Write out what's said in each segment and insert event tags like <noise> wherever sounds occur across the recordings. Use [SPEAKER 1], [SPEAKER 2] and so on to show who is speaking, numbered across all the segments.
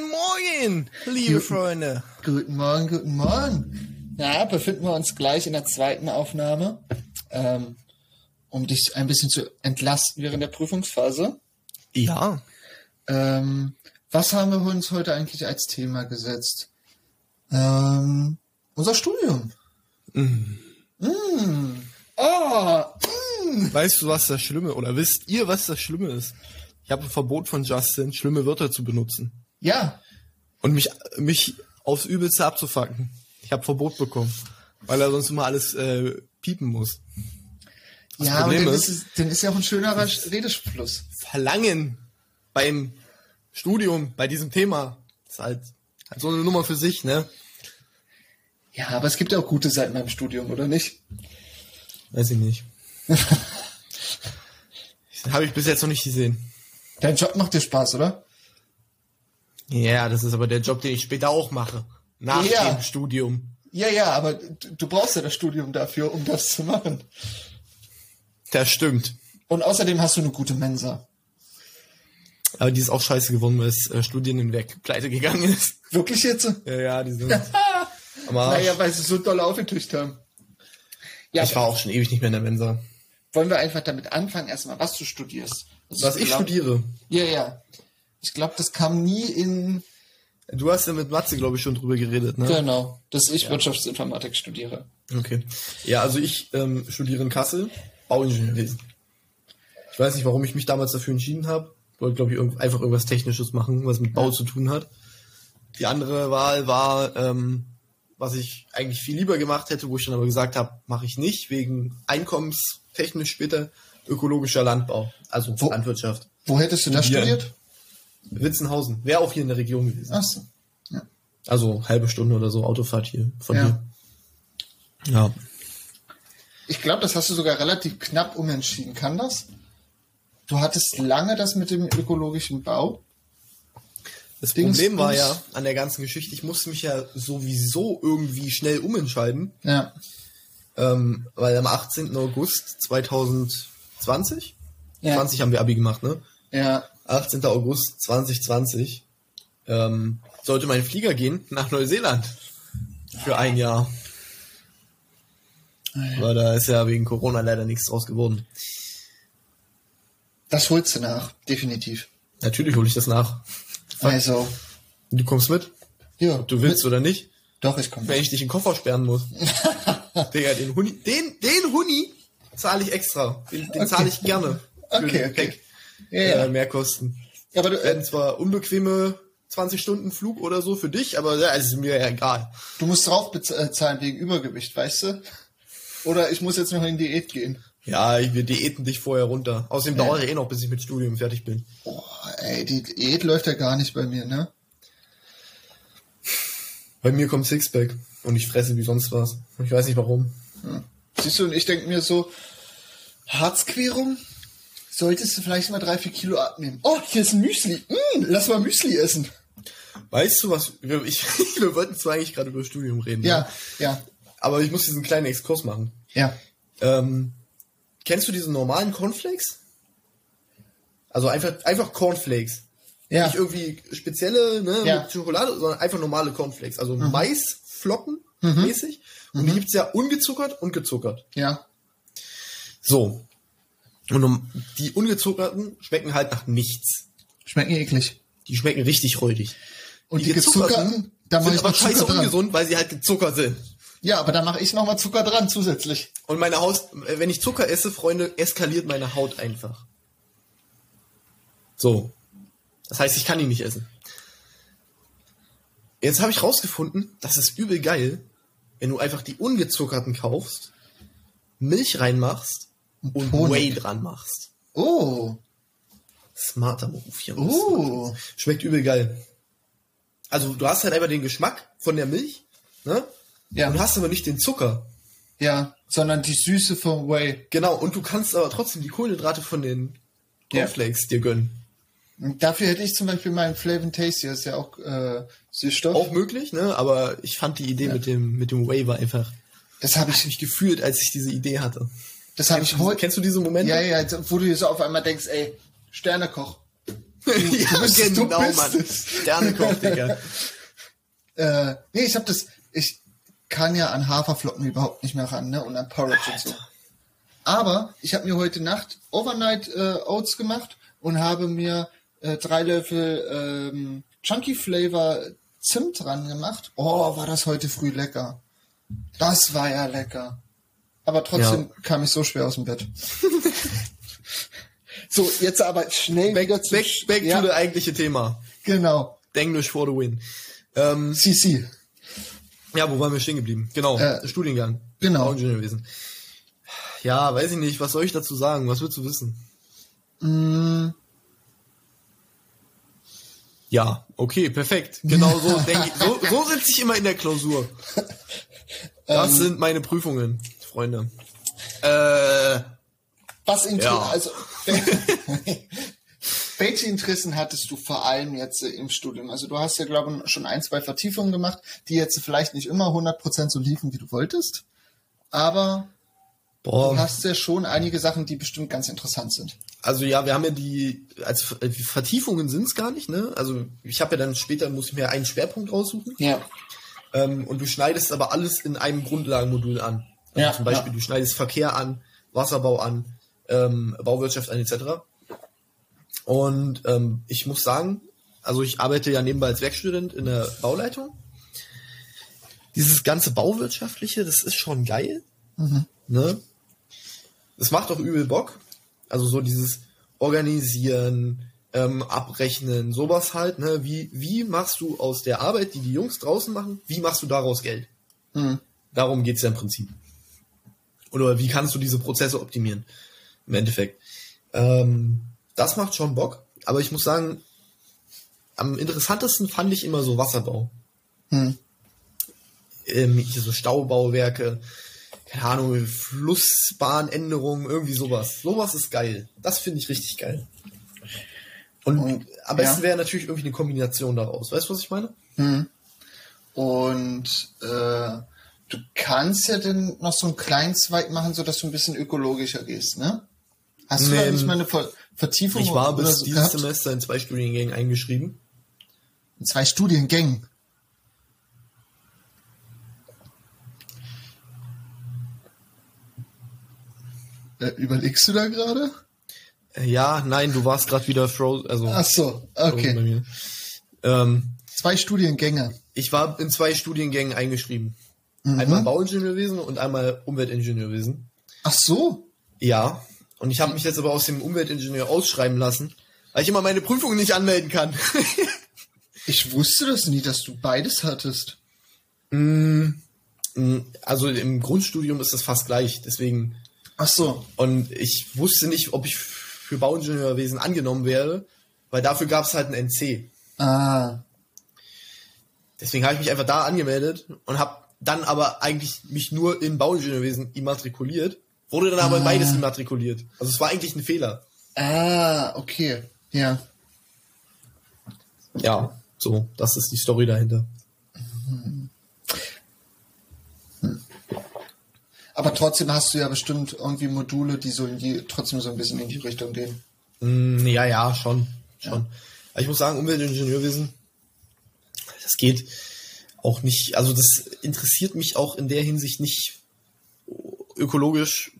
[SPEAKER 1] Morgen, liebe
[SPEAKER 2] Guten-
[SPEAKER 1] Freunde.
[SPEAKER 2] Guten Morgen, guten Morgen. Na, befinden wir uns gleich in der zweiten Aufnahme, ähm, um dich ein bisschen zu entlasten während der Prüfungsphase.
[SPEAKER 1] Ja.
[SPEAKER 2] Ähm, was haben wir uns heute eigentlich als Thema gesetzt? Ähm, unser Studium. Mm. Oh,
[SPEAKER 1] Weißt du, was das Schlimme oder wisst ihr, was das Schlimme ist? Ich habe ein Verbot von Justin, schlimme Wörter zu benutzen
[SPEAKER 2] ja,
[SPEAKER 1] und mich mich aufs Übelste abzufacken. Ich habe Verbot bekommen, weil er sonst immer alles äh, piepen muss. Das
[SPEAKER 2] ja,
[SPEAKER 1] Problem
[SPEAKER 2] und dann
[SPEAKER 1] ist-
[SPEAKER 2] ist, es- dann ist ja auch ein schönerer Sch- Redefluss.
[SPEAKER 1] Verlangen beim Studium, bei diesem Thema, ist halt, halt so eine Nummer für sich, ne?
[SPEAKER 2] Ja, aber es gibt ja auch gute Seiten beim Studium, oder nicht?
[SPEAKER 1] Weiß ich <laughs> nicht. habe ich bis jetzt noch nicht gesehen.
[SPEAKER 2] Dein Job macht dir Spaß, oder?
[SPEAKER 1] Ja, das ist aber der Job, den ich später auch mache. Nach
[SPEAKER 2] Ja.
[SPEAKER 1] dem Studium.
[SPEAKER 2] Ja, ja, aber du du brauchst ja das Studium dafür, um das zu machen.
[SPEAKER 1] Das stimmt.
[SPEAKER 2] Und außerdem hast du eine gute Mensa.
[SPEAKER 1] Aber die ist auch scheiße geworden, weil es äh, Studien hinweg pleite gegangen ist.
[SPEAKER 2] Wirklich jetzt?
[SPEAKER 1] <laughs> Ja, ja, die <laughs> sind am Arsch.
[SPEAKER 2] Naja, weil sie so doll aufgetischt haben. Ja,
[SPEAKER 1] ich war auch schon ewig nicht mehr in der Mensa.
[SPEAKER 2] wollen wir einfach damit anfangen, erstmal, was du studierst. Also
[SPEAKER 1] Was ich
[SPEAKER 2] glaub-
[SPEAKER 1] studiere.
[SPEAKER 2] Ja, ja. Ich glaube, das kam nie in.
[SPEAKER 1] Du hast ja mit Matze, glaube ich, schon drüber geredet, ne?
[SPEAKER 2] Genau, dass ich Wirtschaftsinformatik studiere.
[SPEAKER 1] Okay. Ja, also ich ähm, studiere in Kassel Bauingenieurwesen. Ich weiß nicht, warum ich mich damals dafür entschieden habe. Ich wollte, glaube ich, irgend- einfach irgendwas Technisches machen, was mit Bau zu tun hat. Die andere Wahl war, ähm, was ich eigentlich viel lieber gemacht hätte, wo ich dann aber gesagt habe, mache ich nicht, wegen einkommenstechnisch später ökologischer Landbau, also
[SPEAKER 2] Wo-
[SPEAKER 1] Landwirtschaft.
[SPEAKER 2] Wo hättest du das
[SPEAKER 1] Studieren.
[SPEAKER 2] studiert?
[SPEAKER 1] Witzenhausen, wäre auch hier in der Region gewesen.
[SPEAKER 2] Achso. Ja.
[SPEAKER 1] Also halbe Stunde oder so Autofahrt hier von
[SPEAKER 2] ja.
[SPEAKER 1] hier. Ja.
[SPEAKER 2] Ich glaube, das hast du sogar relativ knapp umentschieden. Kann das? Du hattest lange das mit dem ökologischen Bau.
[SPEAKER 1] Das
[SPEAKER 2] Dings-
[SPEAKER 1] Problem war
[SPEAKER 2] Dings.
[SPEAKER 1] ja an der ganzen Geschichte, ich musste mich ja sowieso irgendwie schnell umentscheiden,
[SPEAKER 2] Ja.
[SPEAKER 1] ähm, weil am 18. August 2020,
[SPEAKER 2] Ja.
[SPEAKER 1] 20 haben wir Abi gemacht, ne?
[SPEAKER 2] Ja.
[SPEAKER 1] 18. August 2020 ähm, sollte mein Flieger gehen nach Neuseeland
[SPEAKER 2] Ah.
[SPEAKER 1] für ein Jahr. Aber da ist ja wegen Corona leider nichts draus geworden.
[SPEAKER 2] Das holst du nach, definitiv.
[SPEAKER 1] Natürlich hole ich das nach.
[SPEAKER 2] Also,
[SPEAKER 1] Du kommst mit,
[SPEAKER 2] ja.
[SPEAKER 1] ob du willst oder nicht.
[SPEAKER 2] Doch, ich komme.
[SPEAKER 1] wenn ich dich in den Koffer sperren muss.
[SPEAKER 2] <laughs>
[SPEAKER 1] Digga, den Huni, den, den Huni zahle ich extra. Den, den zahle ich gerne. Für
[SPEAKER 2] Okay,
[SPEAKER 1] den
[SPEAKER 2] okay.
[SPEAKER 1] Gepäck.
[SPEAKER 2] Ja,
[SPEAKER 1] Äh,
[SPEAKER 2] ja.
[SPEAKER 1] mehr Kosten.
[SPEAKER 2] Ja, aber du, äh,
[SPEAKER 1] Werden zwar unbequeme 20 Stunden Flug oder so für dich, aber ja, es ist mir ja egal.
[SPEAKER 2] du musst drauf bezahlen wegen Übergewicht, weißt du? Oder ich muss jetzt noch in Diät gehen.
[SPEAKER 1] Ja, ich- wir diäten dich vorher runter. Außerdem dauert ja eh noch, bis ich mit Studium fertig bin.
[SPEAKER 2] Boah, ey, die Diät läuft ja gar nicht bei mir, ne?
[SPEAKER 1] Bei mir kommt Sixpack und ich fresse wie sonst was. Ich weiß nicht warum.
[SPEAKER 2] Siehst du, und ich denke mir so, Harzquerung? Solltest du vielleicht mal drei, vier Kilo abnehmen. Oh, hier ist ein Müsli. Mm, lass mal Müsli essen.
[SPEAKER 1] Weißt du was? Wir, ich, <laughs> wir wollten zwar eigentlich gerade über Studium reden.
[SPEAKER 2] Ja,
[SPEAKER 1] ne?
[SPEAKER 2] ja,
[SPEAKER 1] Aber ich muss diesen kleinen Exkurs machen.
[SPEAKER 2] ja.
[SPEAKER 1] Ähm, kennst du diese normalen Cornflakes? Also einfach, einfach Cornflakes.
[SPEAKER 2] Ja,
[SPEAKER 1] Nicht irgendwie spezielle ne,
[SPEAKER 2] Ja. Mhm.
[SPEAKER 1] mit Schokolade, sondern einfach normale Cornflakes. Also Maisflocken mäßig. Und die gibt's ja ungezuckert und gezuckert.
[SPEAKER 2] ja.
[SPEAKER 1] So. Und um, die ungezuckerten schmecken halt nach nichts.
[SPEAKER 2] Schmecken eklig.
[SPEAKER 1] Die schmecken richtig räudig.
[SPEAKER 2] Und die gezuckerten, da mach
[SPEAKER 1] sind
[SPEAKER 2] ich
[SPEAKER 1] aber
[SPEAKER 2] noch Zucker
[SPEAKER 1] scheiße
[SPEAKER 2] dran.
[SPEAKER 1] ungesund, weil sie halt gezuckert sind.
[SPEAKER 2] Ja, aber da mache ich nochmal Zucker dran zusätzlich.
[SPEAKER 1] Und meine Haus, wenn ich Zucker esse, Freunde, eskaliert meine Haut einfach. So. Das heißt, ich kann ihn nicht essen. Jetzt habe ich rausgefunden, das ist übel geil, wenn du einfach die ungezuckerten kaufst, Milch reinmachst und
[SPEAKER 2] Honig.
[SPEAKER 1] Whey dran machst.
[SPEAKER 2] Oh,
[SPEAKER 1] Smarter Move, Jungs.
[SPEAKER 2] oh.
[SPEAKER 1] Schmeckt übel geil. Also du hast halt einfach den Geschmack von der Milch, ne?
[SPEAKER 2] Ja.
[SPEAKER 1] Und hast aber nicht den Zucker.
[SPEAKER 2] Ja, sondern die Süße vom Whey.
[SPEAKER 1] Genau, und du kannst aber trotzdem die Kohlenhydrate von den
[SPEAKER 2] Ja.
[SPEAKER 1] Cornflakes dir gönnen.
[SPEAKER 2] Und Dafür hätte ich zum Beispiel meinen Flavin Tasty, das ist ja auch äh, Süßstoff. <laughs>
[SPEAKER 1] Auch möglich, ne? Aber ich fand die Idee mit dem mit dem Whey war einfach
[SPEAKER 2] Das habe ich,
[SPEAKER 1] mich gefühlt, als ich diese Idee hatte.
[SPEAKER 2] das habe ich
[SPEAKER 1] Kennst,
[SPEAKER 2] heute.
[SPEAKER 1] <laughs> kennst du diese Momente?
[SPEAKER 2] Ja, ja, jetzt, wo du dir so auf einmal denkst, ey, Sternekoch.
[SPEAKER 1] ja, genau,
[SPEAKER 2] bist- du bist es.
[SPEAKER 1] Sternekoch,
[SPEAKER 2] <laughs>
[SPEAKER 1] Digga.
[SPEAKER 2] Äh, nee, ich habe das. Ich kann ja an Haferflocken überhaupt nicht mehr ran, ne? Und an Porridge und so. Aber ich habe mir heute Nacht Overnight äh, Oats gemacht und habe mir äh, drei Löffel ähm, Chunky Flavor Zimt dran gemacht. Oh, war das heute früh lecker. Das war ja lecker. Aber trotzdem kam ich so schwer aus dem Bett. <laughs> so, jetzt aber schnell wieder zu.
[SPEAKER 1] Back, back
[SPEAKER 2] ja,
[SPEAKER 1] to the eigentliche Thema.
[SPEAKER 2] genau.
[SPEAKER 1] Englisch for the win. Ähm,
[SPEAKER 2] CC.
[SPEAKER 1] ja, wo waren wir stehen geblieben? Genau,
[SPEAKER 2] Äh,
[SPEAKER 1] Studiengang.
[SPEAKER 2] genau.
[SPEAKER 1] Bauingenieurwesen. Ja, weiß ich nicht, was soll ich dazu sagen? Was willst du wissen?
[SPEAKER 2] Mm,
[SPEAKER 1] Ja, okay, perfekt. Genau
[SPEAKER 2] <laughs>
[SPEAKER 1] so denke ich. So, so sitze ich immer in der Klausur. Das
[SPEAKER 2] Ähm.
[SPEAKER 1] sind meine Prüfungen, Freunde. Äh,
[SPEAKER 2] Was Inter
[SPEAKER 1] Ja.
[SPEAKER 2] also <laughs> welche Interessen hattest du vor allem jetzt äh, im Studium? Also du hast ja glaube ich schon ein, zwei Vertiefungen gemacht, die jetzt vielleicht nicht immer 100% so liefen, wie du wolltest, aber du
[SPEAKER 1] boah.
[SPEAKER 2] hast ja schon einige Sachen, die bestimmt ganz interessant sind.
[SPEAKER 1] Also ja, wir haben ja die, als äh, die Vertiefungen sind's gar nicht, ne? Also ich habe ja dann später, muss ich mir einen Schwerpunkt raussuchen.
[SPEAKER 2] Ja.
[SPEAKER 1] Ähm, und du schneidest aber alles in einem Grundlagenmodul an. Also
[SPEAKER 2] Ja,
[SPEAKER 1] zum Beispiel, du schneidest Verkehr an, Wasserbau an, ähm, Bauwirtschaft an, etc. Und ähm, ich muss sagen, also ich arbeite ja nebenbei als Werkstudent in der Bauleitung. Dieses ganze Bauwirtschaftliche, das ist schon geil.
[SPEAKER 2] Mhm.
[SPEAKER 1] Ne? Das macht auch übel Bock. Also so dieses Organisieren, ähm, Abrechnen, sowas halt. Ne? Wie, wie machst du aus der Arbeit, die die Jungs draußen machen, wie machst du daraus Geld?
[SPEAKER 2] Mhm.
[SPEAKER 1] Darum geht's ja im Prinzip. Oder wie kannst du diese Prozesse optimieren? Im Endeffekt. Ähm, das macht schon Bock. Aber ich muss sagen, am interessantesten fand ich immer so Wasserbau.
[SPEAKER 2] Hm.
[SPEAKER 1] Ähm, hier so Staubauwerke, keine Ahnung, Flussbahnänderungen, irgendwie sowas. Sowas ist geil. Das finde ich richtig geil. Und,
[SPEAKER 2] Und-
[SPEAKER 1] am
[SPEAKER 2] Oh, ja.
[SPEAKER 1] besten wäre natürlich irgendwie eine Kombination daraus. Weißt du, was ich meine?
[SPEAKER 2] Hm. Und äh, du kannst ja dann noch so einen kleinen Zweig machen, sodass du ein bisschen ökologischer gehst, ne? Hast du da
[SPEAKER 1] Nee, ähm,
[SPEAKER 2] nicht mal eine Ver Vertiefung
[SPEAKER 1] Ich war
[SPEAKER 2] oder
[SPEAKER 1] bis
[SPEAKER 2] so
[SPEAKER 1] dieses
[SPEAKER 2] gehabt?
[SPEAKER 1] Semester in zwei Studiengängen eingeschrieben.
[SPEAKER 2] In zwei Studiengängen. Äh, überlegst du da gerade?
[SPEAKER 1] Äh, Ja, nein, du warst gerade wieder frozen. Also,
[SPEAKER 2] Ach so,
[SPEAKER 1] frozen bei
[SPEAKER 2] okay.
[SPEAKER 1] mir. Ähm,
[SPEAKER 2] Zwei Studiengänge.
[SPEAKER 1] ich war in zwei Studiengängen eingeschrieben.
[SPEAKER 2] Mhm.
[SPEAKER 1] Einmal Bauingenieurwesen und einmal Umweltingenieurwesen.
[SPEAKER 2] Ach so.
[SPEAKER 1] Ja. Und ich habe mich jetzt aber aus dem Umweltingenieur ausschreiben lassen, weil ich immer meine Prüfungen nicht anmelden kann. <laughs>
[SPEAKER 2] Ich wusste das nie, dass du beides hattest.
[SPEAKER 1] Mm, also im Grundstudium ist das fast gleich. Deswegen.
[SPEAKER 2] Ach so.
[SPEAKER 1] Und ich wusste nicht, ob ich für Bauingenieurwesen angenommen wäre, weil dafür gab es halt ein NC.
[SPEAKER 2] Ah.
[SPEAKER 1] Deswegen habe ich mich einfach da angemeldet und habe dann aber eigentlich mich nur im Bauingenieurwesen immatrikuliert, wurde dann aber in beides immatrikuliert. Also es war eigentlich ein Fehler.
[SPEAKER 2] Ah, okay. Ja.
[SPEAKER 1] Ja, so, das ist die Story dahinter.
[SPEAKER 2] Aber trotzdem hast du ja bestimmt irgendwie Module, die so in die, trotzdem so ein bisschen in die Richtung gehen.
[SPEAKER 1] Mm, ja, ja, schon, schon. Aber ich muss sagen, Umweltingenieurwesen, das geht auch nicht, also das interessiert mich auch in der Hinsicht nicht ökologisch,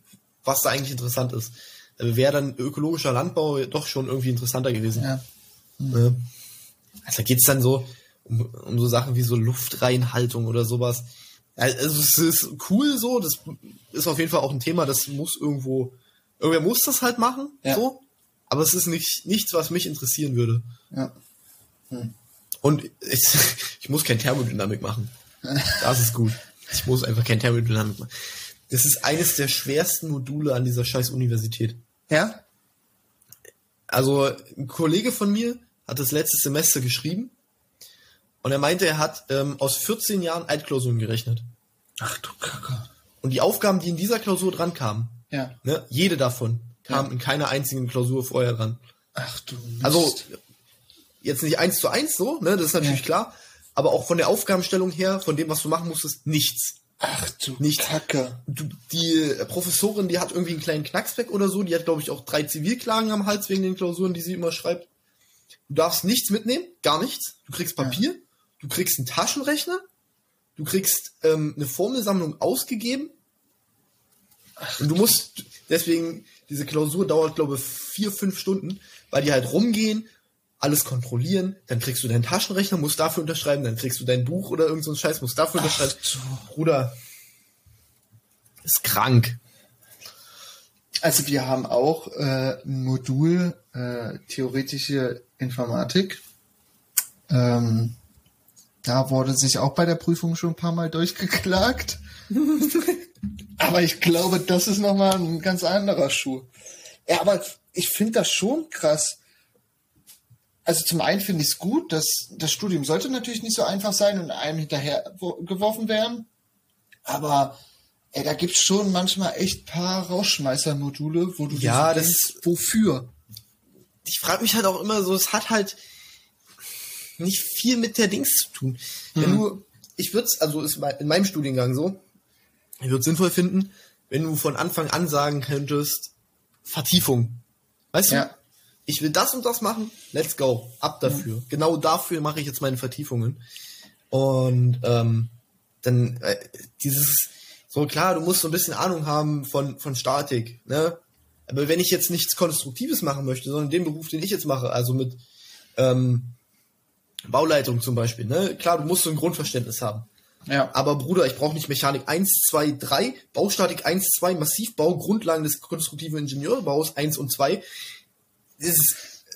[SPEAKER 1] was da eigentlich interessant ist. Da Wäre dann ökologischer Landbau doch schon irgendwie interessanter gewesen.
[SPEAKER 2] Ja.
[SPEAKER 1] Ne? Also da geht's dann so um, um so Sachen wie so Luftreinhaltung oder sowas. Also es ist cool so, das ist auf jeden Fall auch ein Thema, das muss irgendwo, irgendwer muss das halt machen,
[SPEAKER 2] Ja.
[SPEAKER 1] so. Aber es ist nicht, nichts, was mich interessieren würde.
[SPEAKER 2] Ja.
[SPEAKER 1] Und ich, <laughs> ich muss kein Thermodynamik machen. Das ist gut. Ich muss einfach kein Thermodynamik machen. Das ist eines der schwersten Module an dieser scheiß Universität.
[SPEAKER 2] Ja?
[SPEAKER 1] Also ein Kollege von mir hat das letztes Semester geschrieben und er meinte, er hat ähm, aus 14 Jahren Altklausuren gerechnet.
[SPEAKER 2] Ach du Kacke.
[SPEAKER 1] Und die Aufgaben, die in dieser Klausur dran kamen,
[SPEAKER 2] Ja.
[SPEAKER 1] ne, jede davon kam
[SPEAKER 2] Ja.
[SPEAKER 1] in keiner einzigen Klausur vorher dran.
[SPEAKER 2] Ach du Mist.
[SPEAKER 1] Also jetzt nicht eins zu eins so, ne, das ist natürlich
[SPEAKER 2] Ja.
[SPEAKER 1] klar, aber auch von der Aufgabenstellung her, von dem, was du machen musstest, nichts.
[SPEAKER 2] Ach du
[SPEAKER 1] Nicht-
[SPEAKER 2] Kacke.
[SPEAKER 1] Du, die Professorin, die hat irgendwie einen kleinen Knacks weg oder so, die hat, glaube ich, auch drei Zivilklagen am Hals wegen den Klausuren, die sie immer schreibt. Du darfst nichts mitnehmen, gar nichts. Du kriegst Papier, du kriegst einen Taschenrechner, du kriegst ähm, eine Formelsammlung ausgegeben. Und du musst, deswegen, diese Klausur dauert, glaube ich, vier, fünf Stunden, weil die halt rumgehen, alles kontrollieren, dann kriegst du deinen Taschenrechner, musst dafür unterschreiben, dann kriegst du dein Buch oder irgend so einen Scheiß, musst dafür unterschreiben. Bruder, ist krank.
[SPEAKER 2] Also wir haben auch äh, ein Modul äh, theoretische Informatik. Ähm, da wurde sich auch bei der Prüfung schon ein paar Mal
[SPEAKER 1] <laughs>
[SPEAKER 2] durchgeklagt. aber ich glaube, das ist nochmal ein ganz anderer Schuh. Ja, aber ich finde das schon krass. Also zum einen finde ich es gut, dass das Studium sollte natürlich nicht so einfach sein und einem hinterher wo- geworfen werden. Aber ey, da gibt es schon manchmal echt paar Rausschmeißer-Module, wo du dir
[SPEAKER 1] Ja,
[SPEAKER 2] so
[SPEAKER 1] das-
[SPEAKER 2] denkst, wofür?
[SPEAKER 1] ich frage mich halt auch immer so, es hat halt nicht viel mit der Dings zu tun. Wenn du, ich würde es, also ist mei- in meinem Studiengang so, ich würde es sinnvoll finden, wenn du von Anfang an sagen könntest, Vertiefung. Weißt du?
[SPEAKER 2] Ja.
[SPEAKER 1] Ich will das und das machen, let's go, ab dafür. Genau dafür mache ich jetzt meine Vertiefungen. Und ähm, dann äh, dieses, so klar, du musst so ein bisschen Ahnung haben von, von Statik, ne? Aber wenn ich jetzt nichts Konstruktives machen möchte, sondern den Beruf, den ich jetzt mache, also mit ähm, Bauleitung zum Beispiel, ne? Klar, du musst so ein Grundverständnis haben.
[SPEAKER 2] Ja.
[SPEAKER 1] Aber Bruder, ich brauche nicht Mechanik 1, 2, 3, Baustatik 1, 2, Massivbau, Grundlagen des konstruktiven Ingenieurbaus 1 und 2. Es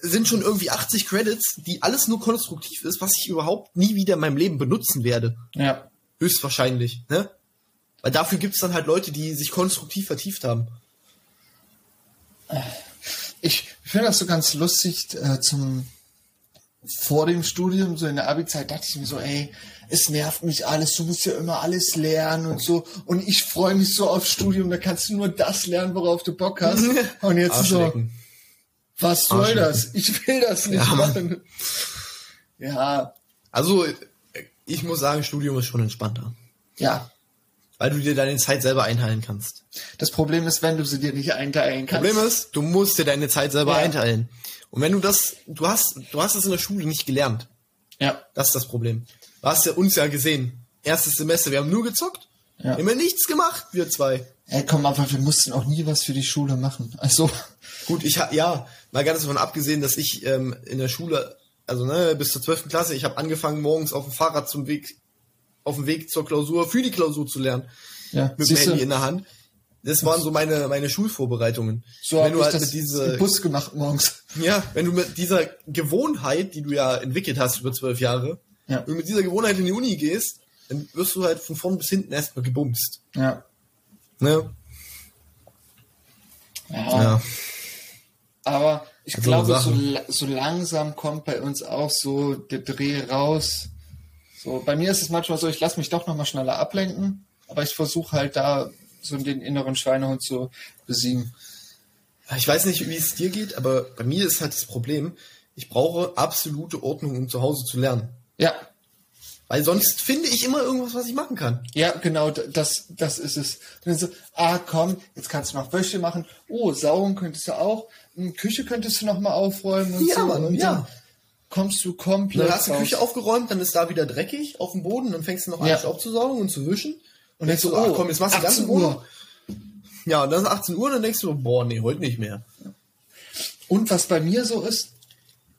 [SPEAKER 1] sind schon irgendwie 80 Credits, die alles nur konstruktiv ist, was ich überhaupt nie wieder in meinem Leben benutzen werde.
[SPEAKER 2] Ja.
[SPEAKER 1] Höchstwahrscheinlich, ne? Weil dafür gibt es dann halt Leute, die sich konstruktiv vertieft haben.
[SPEAKER 2] Ich finde das so ganz lustig äh, zum vor dem Studium, so in der Abi-Zeit, dachte ich mir so, ey, es nervt mich alles, du musst ja immer alles lernen und so. Und ich freue mich so aufs Studium, da kannst du nur das lernen, worauf du
[SPEAKER 1] <laughs>
[SPEAKER 2] Bock hast. Und jetzt so,
[SPEAKER 1] Arschlecken.
[SPEAKER 2] was soll
[SPEAKER 1] Arschlecken.
[SPEAKER 2] das? Ich will das nicht
[SPEAKER 1] Ja, Mann.
[SPEAKER 2] machen. Ja,
[SPEAKER 1] Also, ich muss sagen, Studium ist schon entspannter.
[SPEAKER 2] ja.
[SPEAKER 1] Weil du dir deine Zeit selber einteilen kannst.
[SPEAKER 2] Das Problem ist, wenn du sie dir nicht einteilen kannst.
[SPEAKER 1] Problem ist, du musst dir deine Zeit selber
[SPEAKER 2] Ja.
[SPEAKER 1] einteilen. Und wenn du das, du hast, du hast es in der Schule nicht gelernt.
[SPEAKER 2] ja,
[SPEAKER 1] Das ist das Problem. Du hast ja uns ja gesehen. Erstes Semester, wir haben nur gezockt,
[SPEAKER 2] Ja.
[SPEAKER 1] immer nichts gemacht, wir zwei.
[SPEAKER 2] ey, komm, aber wir mussten auch nie was für die Schule machen. Also,
[SPEAKER 1] Gut, ich ha- ja, mal ganz davon abgesehen, dass ich ähm, in der Schule, also ne, bis zur 12. Klasse, ich habe angefangen morgens auf dem Fahrrad zum Weg, auf dem Weg zur Klausur, für die Klausur zu lernen.
[SPEAKER 2] ja,
[SPEAKER 1] Mit
[SPEAKER 2] siehst
[SPEAKER 1] dem
[SPEAKER 2] du,
[SPEAKER 1] Handy in der Hand. Das waren so meine, meine Schulvorbereitungen.
[SPEAKER 2] so habe ich
[SPEAKER 1] halt
[SPEAKER 2] das
[SPEAKER 1] mit
[SPEAKER 2] <laughs>
[SPEAKER 1] diese-
[SPEAKER 2] im Bus gemacht morgens.
[SPEAKER 1] Ja, wenn du mit dieser Gewohnheit, die du ja entwickelt hast über zwölf Jahre,
[SPEAKER 2] Ja.
[SPEAKER 1] wenn du mit dieser Gewohnheit in die Uni gehst, dann wirst du halt von vorn bis hinten erstmal gebumst.
[SPEAKER 2] Ja.
[SPEAKER 1] Ne?
[SPEAKER 2] Ja. Aber ich
[SPEAKER 1] Also
[SPEAKER 2] glaube, so,
[SPEAKER 1] Sachen.
[SPEAKER 2] la- so langsam kommt bei uns auch so der Dreh raus. So, bei mir ist es manchmal so, ich lasse mich doch nochmal schneller ablenken, aber ich versuche halt da so den inneren Schweinehund zu besiegen.
[SPEAKER 1] Ich weiß nicht, wie es dir geht, aber bei mir ist halt das Problem, ich brauche absolute Ordnung, um zu Hause zu lernen.
[SPEAKER 2] Ja,
[SPEAKER 1] Weil sonst finde ich immer irgendwas, was ich machen kann.
[SPEAKER 2] ja, genau, d- das, das ist es. Und dann so, ah, komm, jetzt kannst du noch Wäsche machen. Oh, saugen könntest du auch. Hm, Küche könntest du nochmal aufräumen und so. und dann kommst du komplett.
[SPEAKER 1] Dann hast du die
[SPEAKER 2] raus.
[SPEAKER 1] Küche aufgeräumt, dann ist da wieder dreckig auf dem Boden, dann fängst du noch an,
[SPEAKER 2] Ja.
[SPEAKER 1] sich aufzusaugen und zu wischen.
[SPEAKER 2] Und denkst
[SPEAKER 1] du,
[SPEAKER 2] so,
[SPEAKER 1] ah,
[SPEAKER 2] oh,
[SPEAKER 1] komm, jetzt machst du die ganze
[SPEAKER 2] 18 Uhr.
[SPEAKER 1] Wohnung. Ja, und dann ist 18 Uhr und dann denkst du, boah, nee, heute nicht mehr.
[SPEAKER 2] Und was bei mir so ist,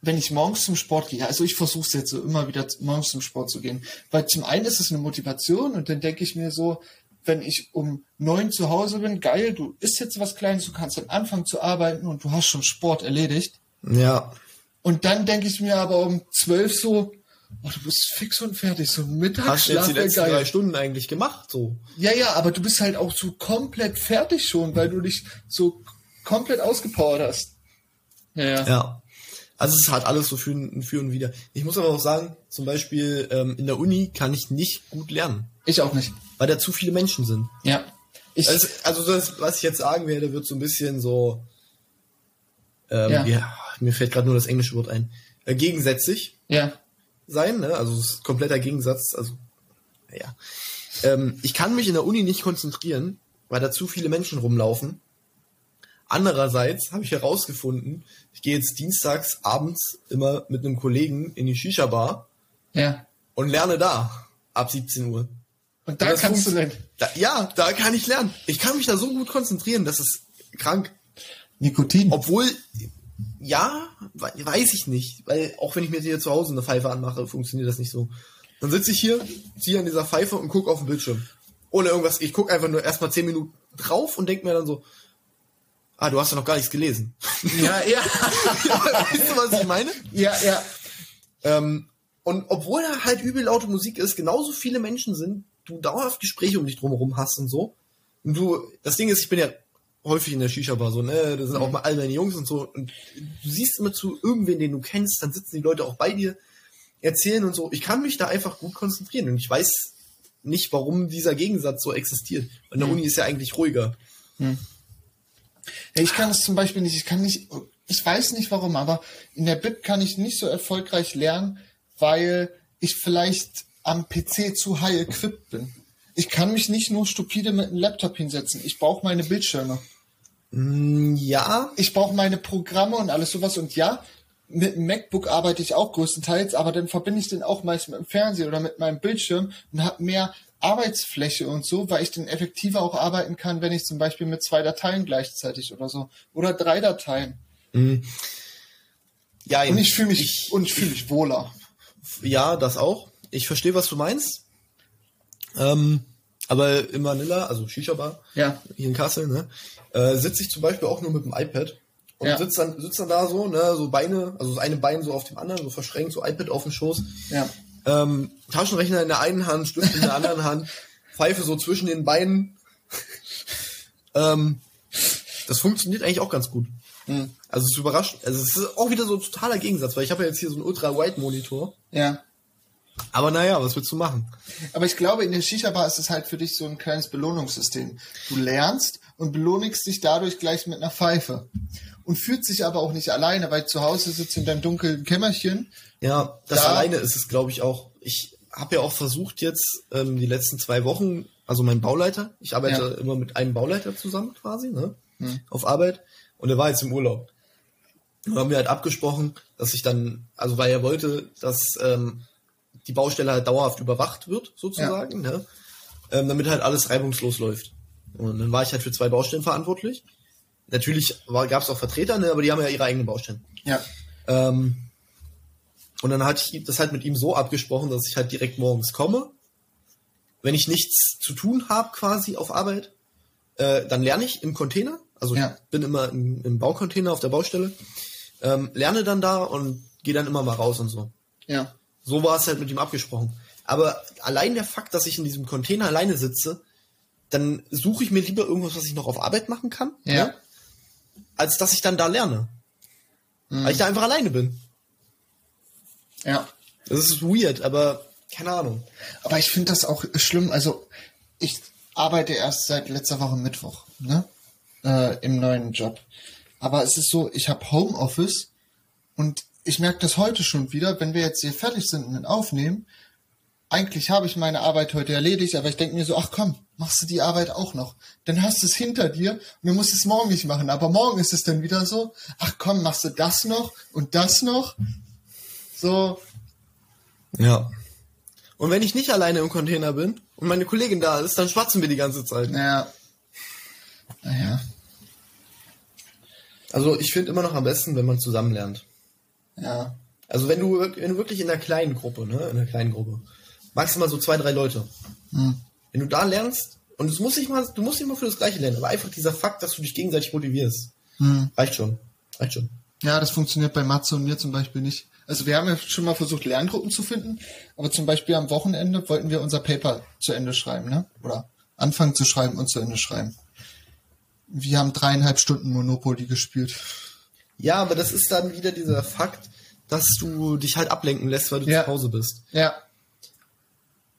[SPEAKER 2] wenn ich morgens zum Sport gehe, also ich versuche es jetzt so immer wieder z- morgens zum Sport zu gehen, weil zum einen ist es eine Motivation und dann denke ich mir so, wenn ich um neun zu Hause bin, geil, du isst jetzt was Kleines, du kannst dann anfangen zu arbeiten und du hast schon Sport erledigt.
[SPEAKER 1] Ja.
[SPEAKER 2] Und dann denke ich mir aber um zwölf so, oh, du bist fix und fertig, so ein
[SPEAKER 1] Hast du
[SPEAKER 2] Mittagsschlaf
[SPEAKER 1] jetzt die
[SPEAKER 2] wär
[SPEAKER 1] letzten drei
[SPEAKER 2] geil.
[SPEAKER 1] Stunden eigentlich gemacht, so.
[SPEAKER 2] Ja, ja, aber du bist halt auch so komplett fertig schon, weil du dich so komplett ausgepowert hast. Ja, ja.
[SPEAKER 1] Ja. Also es hat alles so für, ein- für und wieder. Ich muss aber auch sagen, zum Beispiel ähm, in der Uni kann ich nicht gut lernen,
[SPEAKER 2] Ich auch nicht.
[SPEAKER 1] weil da zu viele Menschen sind.
[SPEAKER 2] Ja. Ich,
[SPEAKER 1] Also, also das, was ich jetzt sagen werde, wird so ein bisschen so. Ähm, ja.
[SPEAKER 2] Ja.
[SPEAKER 1] mir fällt gerade nur das englische Wort ein. Äh, gegensätzlich
[SPEAKER 2] ja,
[SPEAKER 1] sein, ne? Also es ist kompletter Gegensatz. Also ja, ähm, ich kann mich in der Uni nicht konzentrieren, weil da zu viele Menschen rumlaufen. Andererseits habe ich herausgefunden, ich gehe jetzt dienstags abends immer mit einem Kollegen in die Shisha-Bar
[SPEAKER 2] Ja.
[SPEAKER 1] und lerne da ab 17 Uhr.
[SPEAKER 2] Und da
[SPEAKER 1] Und das
[SPEAKER 2] kannst du
[SPEAKER 1] funkt-
[SPEAKER 2] dann.
[SPEAKER 1] Da, ja, da kann ich lernen. Ich kann mich da so gut konzentrieren, das ist krank.
[SPEAKER 2] Nikotin.
[SPEAKER 1] Obwohl, ja, we- weiß ich nicht. Weil auch wenn ich mir hier zu Hause eine Pfeife anmache, funktioniert das nicht so. Dann sitze ich hier, ziehe an dieser Pfeife und gucke auf den Bildschirm. Ohne irgendwas. Ich gucke einfach nur erstmal 10 Minuten drauf und denke mir dann so, ah, du hast ja noch gar nichts gelesen. <laughs>
[SPEAKER 2] ja, ja.
[SPEAKER 1] weißt du, was ich meine?
[SPEAKER 2] Ja, ja.
[SPEAKER 1] Ähm, und obwohl da halt übel laute Musik ist, genauso viele Menschen sind, du dauerhaft Gespräche um dich drumherum hast und so. Und du, das Ding ist, ich bin ja häufig in der Shisha-Bar so, ne, da sind
[SPEAKER 2] Mhm.
[SPEAKER 1] auch mal all deine Jungs und so. Und du siehst immer zu irgendwen, den du kennst, dann sitzen die Leute auch bei dir, erzählen und so. Ich kann mich da einfach gut konzentrieren und ich weiß nicht, warum dieser Gegensatz so existiert. An
[SPEAKER 2] Mhm.
[SPEAKER 1] der Uni ist ja eigentlich ruhiger.
[SPEAKER 2] Ja, Ich kann es zum Beispiel nicht. Ich kann nicht. Ich weiß nicht warum, aber in der Bib kann ich nicht so erfolgreich lernen, weil ich vielleicht am PC zu high equipped bin. Ich kann mich nicht nur stupide mit einem Laptop hinsetzen. Ich brauche meine Bildschirme.
[SPEAKER 1] Mm, Ja,
[SPEAKER 2] Ich brauche meine Programme und alles sowas. Und ja, mit dem MacBook arbeite ich auch größtenteils, aber dann verbinde ich den auch meist mit dem Fernseher oder mit meinem Bildschirm und habe mehr Arbeitsfläche und so, weil ich dann effektiver auch arbeiten kann, wenn ich zum Beispiel mit zwei Dateien gleichzeitig oder so oder drei Dateien.
[SPEAKER 1] ja,
[SPEAKER 2] Und ich fühle mich und ich fühle mich wohler.
[SPEAKER 1] Ja, das auch. Ich verstehe, was du meinst. Ähm, aber in Manila, also Shisha-Bar,
[SPEAKER 2] Ja.
[SPEAKER 1] hier in Kassel, ne, äh, sitze ich zum Beispiel auch nur mit dem iPad und
[SPEAKER 2] Ja.
[SPEAKER 1] sitze dann, sitz dann da so, ne, so Beine, also das eine Bein so auf dem anderen, so verschränkt, so iPad auf dem Schoß.
[SPEAKER 2] Ja.
[SPEAKER 1] Ähm, Taschenrechner in der einen Hand, Stift in der
[SPEAKER 2] <laughs>
[SPEAKER 1] anderen Hand, Pfeife so zwischen den Beinen. ähm, das funktioniert eigentlich auch ganz gut.
[SPEAKER 2] Hm.
[SPEAKER 1] Also es ist überraschend. Also es ist auch wieder so ein totaler Gegensatz, weil ich habe ja jetzt hier so einen Ultra-Wide-Monitor.
[SPEAKER 2] Ja.
[SPEAKER 1] Aber naja, was willst du machen?
[SPEAKER 2] Aber ich glaube, in der Shisha-Bar ist es halt für dich so ein kleines Belohnungssystem. Du lernst und belohnigst dich dadurch gleich mit einer Pfeife. Und fühlt sich aber auch nicht alleine, weil zu Hause sitzt in deinem dunklen Kämmerchen.
[SPEAKER 1] Ja, das
[SPEAKER 2] Da-
[SPEAKER 1] alleine ist es, glaube ich, auch. Ich habe ja auch versucht jetzt ähm, die letzten zwei Wochen, also mein Bauleiter, ich arbeite
[SPEAKER 2] Ja.
[SPEAKER 1] immer mit einem Bauleiter zusammen quasi, ne?
[SPEAKER 2] Hm.
[SPEAKER 1] Auf Arbeit. Und er war jetzt im Urlaub. Und haben wir halt abgesprochen, dass ich dann, also weil er wollte, dass ähm, die Baustelle halt dauerhaft überwacht wird, sozusagen, ne? Ähm, damit halt alles reibungslos läuft. Und dann war ich halt für zwei Baustellen verantwortlich. Natürlich gab es auch Vertreter, ne? aber die haben ja ihre eigenen Baustellen.
[SPEAKER 2] Ja.
[SPEAKER 1] Ähm, und dann hatte ich das halt mit ihm so abgesprochen, dass ich halt direkt morgens komme. Wenn ich nichts zu tun habe quasi auf Arbeit, äh, dann lerne ich im Container. Also
[SPEAKER 2] Ja.
[SPEAKER 1] ich bin immer im, im Baucontainer auf der Baustelle. Ähm, lerne dann da und gehe dann immer mal raus und so.
[SPEAKER 2] Ja.
[SPEAKER 1] So war es halt mit ihm abgesprochen. Aber allein der Fakt, dass ich in diesem Container alleine sitze, dann suche ich mir lieber irgendwas, was ich noch auf Arbeit machen kann,
[SPEAKER 2] Ja.
[SPEAKER 1] ne? als dass ich dann da lerne.
[SPEAKER 2] Mhm.
[SPEAKER 1] Weil ich da einfach alleine bin.
[SPEAKER 2] Ja.
[SPEAKER 1] Das ist weird, aber keine Ahnung.
[SPEAKER 2] Aber ich finde das auch schlimm. Also ich arbeite erst seit letzter Woche Mittwoch ne? äh, im neuen Job. Aber es ist so, ich habe Homeoffice und ich merke das heute schon wieder, wenn wir jetzt hier fertig sind und dann aufnehmen. Eigentlich habe ich meine Arbeit heute erledigt, aber ich denke mir so, ach komm, machst du die Arbeit auch noch. Dann hast du es hinter dir und du musst es morgen nicht machen. Aber morgen ist es dann wieder so, ach komm, machst du das noch und das noch. So,
[SPEAKER 1] Ja. Und wenn ich nicht alleine im Container bin und meine Kollegin da ist, dann schwatzen wir die ganze Zeit.
[SPEAKER 2] naja. Naja.
[SPEAKER 1] Also ich finde immer noch am besten, wenn man zusammen lernt.
[SPEAKER 2] Ja,
[SPEAKER 1] Also wenn du, wirk- wenn du wirklich in einer kleinen Gruppe, ne, in einer kleinen Gruppe, maximal so zwei, drei Leute. Wenn du da lernst, und es muss nicht mal, du musst nicht mal für das Gleiche lernen, aber einfach dieser Fakt, dass du dich gegenseitig motivierst. Reicht schon. Reicht schon.
[SPEAKER 2] ja, das funktioniert bei Matze und mir zum Beispiel nicht. Also wir haben ja schon mal versucht, Lerngruppen zu finden, aber zum Beispiel am Wochenende wollten wir unser Paper zu Ende schreiben, ne? Oder anfangen zu schreiben und zu Ende schreiben. Wir haben dreieinhalb Stunden Monopoly gespielt.
[SPEAKER 1] Ja, aber das ist dann wieder dieser Fakt, dass du dich halt ablenken lässt, weil du
[SPEAKER 2] Ja.
[SPEAKER 1] zu Hause bist.
[SPEAKER 2] Ja,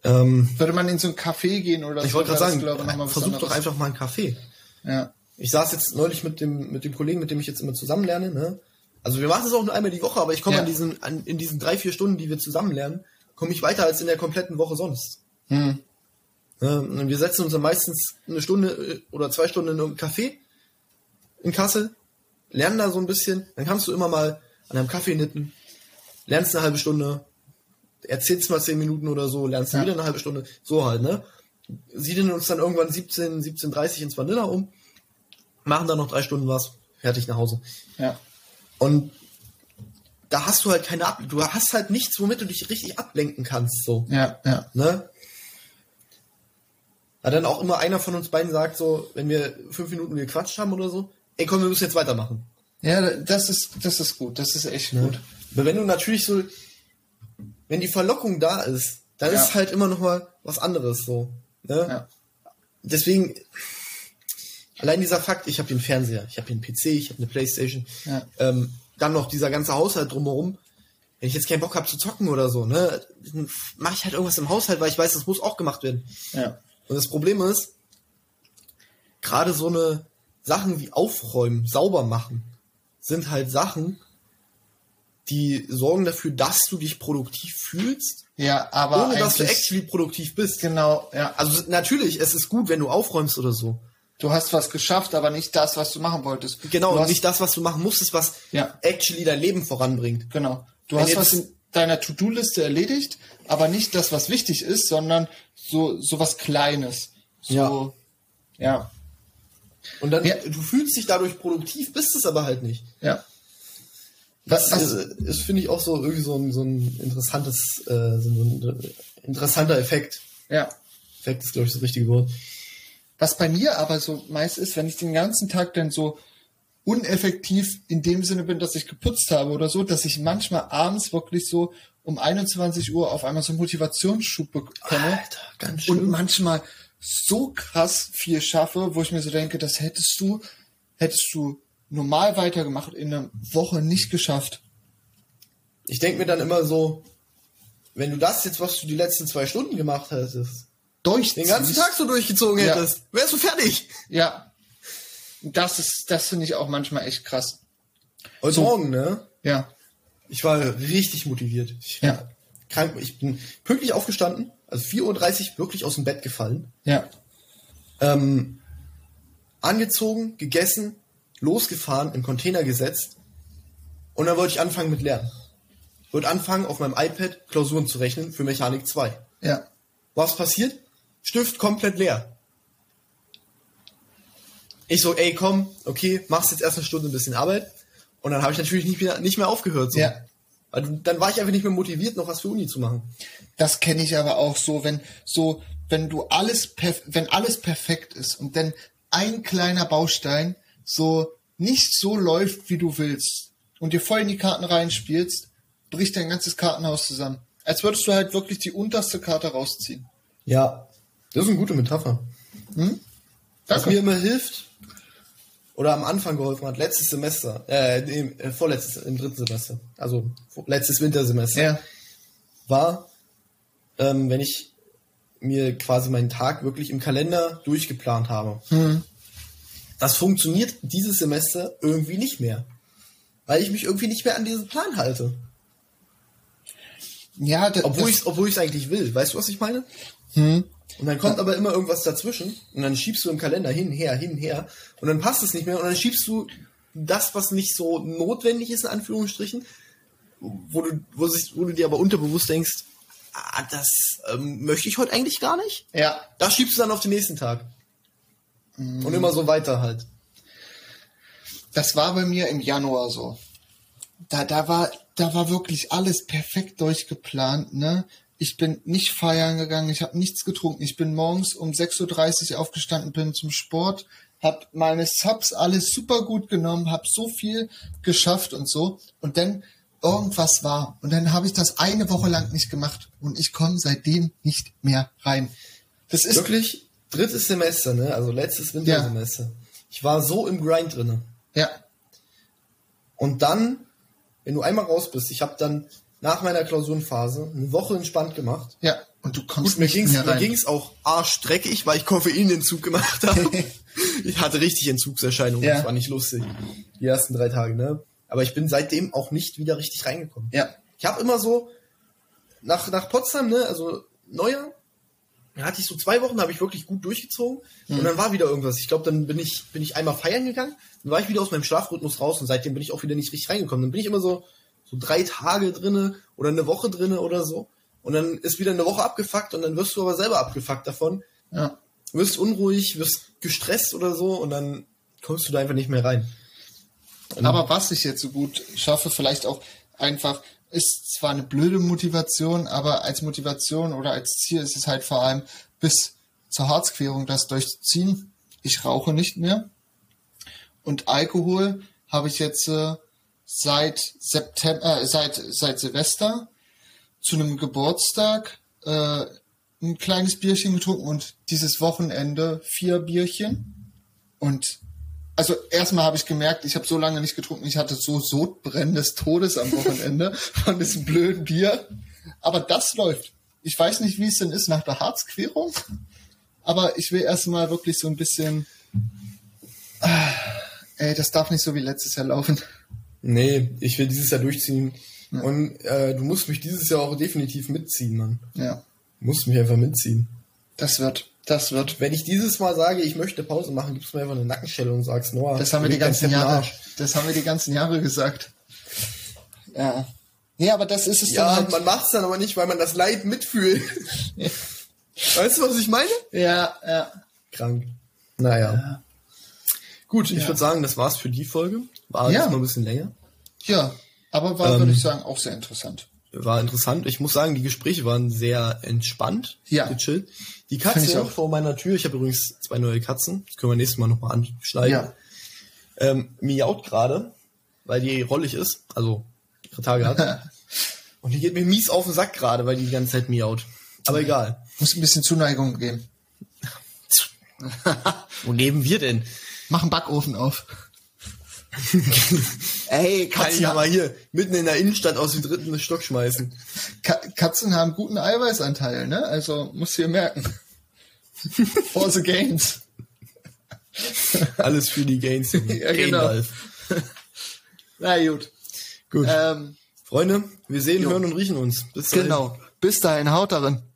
[SPEAKER 1] Ähm,
[SPEAKER 2] würde man in so ein Café gehen oder
[SPEAKER 1] ich
[SPEAKER 2] so,
[SPEAKER 1] wollte gerade
[SPEAKER 2] wäre das,
[SPEAKER 1] sagen,
[SPEAKER 2] glaube ich, noch mal was
[SPEAKER 1] versuch doch
[SPEAKER 2] anderes.
[SPEAKER 1] einfach mal einen Kaffee.
[SPEAKER 2] Ja.
[SPEAKER 1] Ich saß jetzt neulich mit dem, mit dem Kollegen, mit dem ich jetzt immer zusammen lerne. Ne? Also wir machen es auch nur einmal die Woche, aber ich komme
[SPEAKER 2] Ja.
[SPEAKER 1] an diesen, an, in diesen drei, vier Stunden, die wir zusammen lernen, komme ich weiter als in der kompletten Woche sonst.
[SPEAKER 2] Hm.
[SPEAKER 1] Ne? Und wir setzen uns dann meistens eine Stunde äh, oder zwei Stunden in irgendeinem Café, in Kassel, lernen da so ein bisschen, dann kannst du immer mal an einem Kaffee nippen, lernst eine halbe Stunde, erzählst mal zehn Minuten oder so, lernst
[SPEAKER 2] Ja.
[SPEAKER 1] wieder eine halbe Stunde, so halt, ne? Siedeln uns dann irgendwann 17, 17.30 ins Vanilla um, machen dann noch drei Stunden was, fertig nach Hause.
[SPEAKER 2] Ja.
[SPEAKER 1] Und da hast du halt keine Ab du hast halt nichts, womit du dich richtig ablenken kannst, so,
[SPEAKER 2] Ja, ja.
[SPEAKER 1] ne? Da dann auch immer einer von uns beiden sagt so, wenn wir fünf Minuten gequatscht haben oder so, ey komm, wir müssen jetzt weitermachen.
[SPEAKER 2] Ja, das ist, das ist gut. Das ist echt
[SPEAKER 1] Ne?
[SPEAKER 2] gut.
[SPEAKER 1] Aber wenn du natürlich so, wenn die Verlockung da ist, dann
[SPEAKER 2] Ja.
[SPEAKER 1] ist halt immer noch mal was anderes so. Ne?
[SPEAKER 2] Ja.
[SPEAKER 1] Deswegen, allein dieser Fakt, ich habe den Fernseher, ich habe den PC, ich habe eine Playstation,
[SPEAKER 2] Ja.
[SPEAKER 1] ähm, dann noch dieser ganze Haushalt drumherum. Wenn ich jetzt keinen Bock habe zu zocken oder so, ne, dann mache ich halt irgendwas im Haushalt, weil ich weiß, das muss auch gemacht werden.
[SPEAKER 2] Ja.
[SPEAKER 1] Und das Problem ist, gerade so eine Sachen wie aufräumen, sauber machen, sind halt Sachen, die sorgen dafür, dass du dich produktiv fühlst,
[SPEAKER 2] ja, aber
[SPEAKER 1] ohne dass du
[SPEAKER 2] eigentlich-
[SPEAKER 1] actually produktiv bist.
[SPEAKER 2] Genau, ja.
[SPEAKER 1] Also natürlich, es ist gut, wenn du aufräumst oder so.
[SPEAKER 2] Du hast was geschafft, aber nicht das, was du machen wolltest.
[SPEAKER 1] Genau,
[SPEAKER 2] du
[SPEAKER 1] und
[SPEAKER 2] hast,
[SPEAKER 1] nicht das, was du machen musstest, was
[SPEAKER 2] Ja.
[SPEAKER 1] actually dein Leben voranbringt.
[SPEAKER 2] Genau. Du
[SPEAKER 1] Wenn
[SPEAKER 2] hast
[SPEAKER 1] jetzt-
[SPEAKER 2] was in deiner To-Do-Liste erledigt, aber nicht das, was wichtig ist, sondern so, so was Kleines. So, ja.
[SPEAKER 1] Und dann,
[SPEAKER 2] Ja.
[SPEAKER 1] du fühlst dich dadurch produktiv, bist es aber halt nicht.
[SPEAKER 2] Ja.
[SPEAKER 1] Das
[SPEAKER 2] Was-
[SPEAKER 1] ist, ist finde ich, auch so irgendwie so ein, so ein interessantes, äh, so ein interessanter Effekt.
[SPEAKER 2] Ja.
[SPEAKER 1] Effekt ist, glaube ich, das richtige Wort.
[SPEAKER 2] Was bei mir aber so meist ist, wenn ich den ganzen Tag dann so uneffektiv in dem Sinne bin, dass ich geputzt habe oder so, dass ich manchmal abends wirklich so um 21 Uhr auf einmal so einen Motivationsschub bekomme.
[SPEAKER 1] ganz
[SPEAKER 2] und manchmal so krass viel schaffe, wo ich mir so denke, das hättest du, hättest du normal weitergemacht, in einer Woche nicht geschafft.
[SPEAKER 1] ich denke mir dann immer so, wenn du das jetzt, was du die letzten zwei Stunden gemacht hättest,
[SPEAKER 2] Durchziehst.
[SPEAKER 1] den ganzen Tag so durchgezogen
[SPEAKER 2] Ja.
[SPEAKER 1] hättest, wärst du fertig.
[SPEAKER 2] Ja. Das ist, das finde ich auch manchmal echt krass.
[SPEAKER 1] Heute
[SPEAKER 2] So.
[SPEAKER 1] Morgen, ne?
[SPEAKER 2] Ja.
[SPEAKER 1] Ich war richtig motiviert. Ich war
[SPEAKER 2] Ja.
[SPEAKER 1] krank, ich bin pünktlich aufgestanden, also 4.30 Uhr wirklich aus dem Bett gefallen.
[SPEAKER 2] Ja.
[SPEAKER 1] ähm, angezogen, gegessen, losgefahren, im Container gesetzt. Und dann wollte ich anfangen mit Lernen. Ich wollte anfangen, auf meinem iPad Klausuren zu rechnen für Mechanik 2.
[SPEAKER 2] Ja.
[SPEAKER 1] Was passiert? Stift komplett leer. Ich so, ey, komm, okay, machst jetzt erst eine Stunde ein bisschen Arbeit. Und dann habe ich natürlich nicht mehr, nicht mehr aufgehört. So.
[SPEAKER 2] Ja.
[SPEAKER 1] Weil du- dann war ich einfach nicht mehr motiviert, noch was für Uni zu machen.
[SPEAKER 2] Das kenne ich aber auch so, wenn so, wenn du alles, perf wenn alles perfekt ist und dann ein kleiner Baustein so nicht so läuft, wie du willst und dir voll in die Karten reinspielst, bricht dein ganzes Kartenhaus zusammen. Als würdest du halt wirklich die unterste Karte rausziehen.
[SPEAKER 1] Ja. Das ist eine gute Metapher. Hm? Was mir
[SPEAKER 2] Danke.
[SPEAKER 1] immer hilft oder am Anfang geholfen hat, letztes Semester, äh, nee, äh, vorletztes, im dritten Semester, also vor- letztes Wintersemester,
[SPEAKER 2] Ja,
[SPEAKER 1] war, ähm, wenn ich mir quasi meinen Tag wirklich im Kalender durchgeplant habe. Das funktioniert dieses Semester irgendwie nicht mehr, weil ich mich irgendwie nicht mehr an diesen Plan halte,
[SPEAKER 2] ja da,
[SPEAKER 1] obwohl
[SPEAKER 2] das, Hm.
[SPEAKER 1] ich obwohl ich es eigentlich will. Weißt du, was ich meine? Und dann kommt aber immer irgendwas dazwischen und dann schiebst du im Kalender hin, her, hin, her und dann passt es nicht mehr und dann schiebst du das, was nicht so notwendig ist, in Anführungsstrichen, wo du, wo, sich, wo du dir aber unterbewusst denkst, ah, das ähm, möchte ich heute eigentlich gar nicht.
[SPEAKER 2] ja,
[SPEAKER 1] Das schiebst du dann auf den nächsten Tag.
[SPEAKER 2] Hm.
[SPEAKER 1] Und immer so weiter halt.
[SPEAKER 2] das war bei mir im Januar so. Da, da war, da war wirklich alles perfekt durchgeplant, ne? Ich bin nicht feiern gegangen, ich habe nichts getrunken. Ich bin morgens um 6.30 Uhr aufgestanden, bin zum Sport, habe meine Subs alles super gut genommen, habe so viel geschafft und so. Und dann irgendwas war. Und dann habe ich das eine Woche lang nicht gemacht. Und ich komme seitdem nicht mehr rein. Das ist
[SPEAKER 1] Wirklich, drittes Semester, ne? Also letztes Wintersemester. Ich war so im Grind drinne.
[SPEAKER 2] Ja,
[SPEAKER 1] Und dann, wenn du einmal raus bist, ich habe dann nach meiner Klausurenphase eine Woche entspannt gemacht.
[SPEAKER 2] ja. Und du kommst
[SPEAKER 1] Gut, mir
[SPEAKER 2] nicht
[SPEAKER 1] ging's,
[SPEAKER 2] mehr
[SPEAKER 1] mir
[SPEAKER 2] rein.
[SPEAKER 1] ging's auch arschdreckig, weil ich Koffeinentzug gemacht habe.
[SPEAKER 2] <laughs>
[SPEAKER 1] ich hatte richtig Entzugserscheinungen,
[SPEAKER 2] Ja.
[SPEAKER 1] das war nicht lustig. Die ersten drei Tage, ne? Aber ich bin seitdem auch nicht wieder richtig reingekommen.
[SPEAKER 2] Ja,
[SPEAKER 1] Ich habe immer so nach, nach Potsdam, ne, also Neujahr, Dann hatte ich so zwei Wochen, da habe ich wirklich gut durchgezogen und dann war wieder irgendwas. Ich glaube, dann bin ich, bin ich einmal feiern gegangen, dann war ich wieder aus meinem Schlafrhythmus raus und seitdem bin ich auch wieder nicht richtig reingekommen. Dann bin ich immer so, so drei Tage drinne oder eine Woche drinne oder so und dann ist wieder eine Woche abgefuckt und dann wirst du aber selber abgefuckt davon,
[SPEAKER 2] Ja.
[SPEAKER 1] wirst unruhig, wirst gestresst oder so und dann kommst du da einfach nicht mehr rein. Und-
[SPEAKER 2] Aber was ich jetzt so gut schaffe, vielleicht auch einfach, ist zwar eine blöde Motivation, aber als Motivation oder als Ziel ist es halt vor allem bis zur Harzquerung das durchzuziehen. Ich rauche nicht mehr. Und Alkohol habe ich jetzt äh, seit September, äh, seit, seit Silvester zu einem Geburtstag äh, ein kleines Bierchen getrunken und dieses Wochenende vier Bierchen. Und also erstmal habe ich gemerkt, ich habe so lange nicht getrunken, ich hatte so Sodbrennen des Todes am
[SPEAKER 1] <laughs>
[SPEAKER 2] Wochenende von diesem blöden Bier. Aber das läuft. Ich weiß nicht, wie es denn ist nach der Harzquerung, aber ich will erstmal wirklich so ein bisschen. Ah, Ey, das darf nicht so wie letztes Jahr laufen.
[SPEAKER 1] Nee, ich will dieses Jahr durchziehen.
[SPEAKER 2] Ja.
[SPEAKER 1] Und äh, du musst mich dieses Jahr auch definitiv mitziehen, Mann.
[SPEAKER 2] Ja,
[SPEAKER 1] Du musst mich einfach mitziehen.
[SPEAKER 2] das wird, das wird.
[SPEAKER 1] Wenn ich dieses Mal sage, ich möchte Pause machen, gibst du mir einfach eine Nackenstelle und sagst, Noah,
[SPEAKER 2] Das haben wir
[SPEAKER 1] du
[SPEAKER 2] die
[SPEAKER 1] legst
[SPEAKER 2] ganzen
[SPEAKER 1] deinen Teppen
[SPEAKER 2] Jahre.
[SPEAKER 1] Arsch.
[SPEAKER 2] Das haben wir die ganzen Jahre gesagt. Ja. Nee, aber das ist es
[SPEAKER 1] Ja,
[SPEAKER 2] dann halt.
[SPEAKER 1] man macht's dann aber nicht, weil man das Leid
[SPEAKER 2] <laughs>
[SPEAKER 1] mitfühlt. weißt du, was ich meine?
[SPEAKER 2] Ja, ja.
[SPEAKER 1] Krank. Naja.
[SPEAKER 2] Ja.
[SPEAKER 1] Gut, ich
[SPEAKER 2] Ja.
[SPEAKER 1] würde sagen, das war's für die Folge. War
[SPEAKER 2] Ja.
[SPEAKER 1] jetzt mal ein bisschen länger.
[SPEAKER 2] Ja, aber war,
[SPEAKER 1] Ähm.
[SPEAKER 2] würde ich sagen, auch sehr interessant.
[SPEAKER 1] War interessant. Ich muss sagen, die Gespräche waren sehr entspannt,
[SPEAKER 2] Ja.
[SPEAKER 1] gechillt. Die
[SPEAKER 2] Find ich
[SPEAKER 1] Katze
[SPEAKER 2] auch.
[SPEAKER 1] vor meiner Tür, ich habe übrigens zwei neue Katzen, das können wir nächstes Mal nochmal anschneiden.
[SPEAKER 2] Ja. <laughs>
[SPEAKER 1] ähm, miaut gerade, weil die rollig ist, also ihre Tage
[SPEAKER 2] <laughs>
[SPEAKER 1] hat. Und die geht mir mies auf den Sack gerade, weil die die ganze Zeit miaut. Aber egal.
[SPEAKER 2] Muss ein bisschen Zuneigung geben.
[SPEAKER 1] Wo leben wir denn?
[SPEAKER 2] Mach einen Backofen auf. Ey,
[SPEAKER 1] Kann ich
[SPEAKER 2] Katzen,
[SPEAKER 1] ja mal hier mitten in der Innenstadt aus dem dritten Stock schmeißen.
[SPEAKER 2] Ka Katzen haben guten Eiweißanteil, ne? Also musst du dir <laughs> merken. For the gains.
[SPEAKER 1] Alles für die Gains. Junge.
[SPEAKER 2] <laughs> Ja, genau.
[SPEAKER 1] Gandalf.
[SPEAKER 2] Na gut.
[SPEAKER 1] Gut.
[SPEAKER 2] Ähm,
[SPEAKER 1] Freunde, wir sehen,
[SPEAKER 2] Jo.
[SPEAKER 1] hören und riechen uns. Bis dahin.
[SPEAKER 2] genau. Bis dahin, haut darin.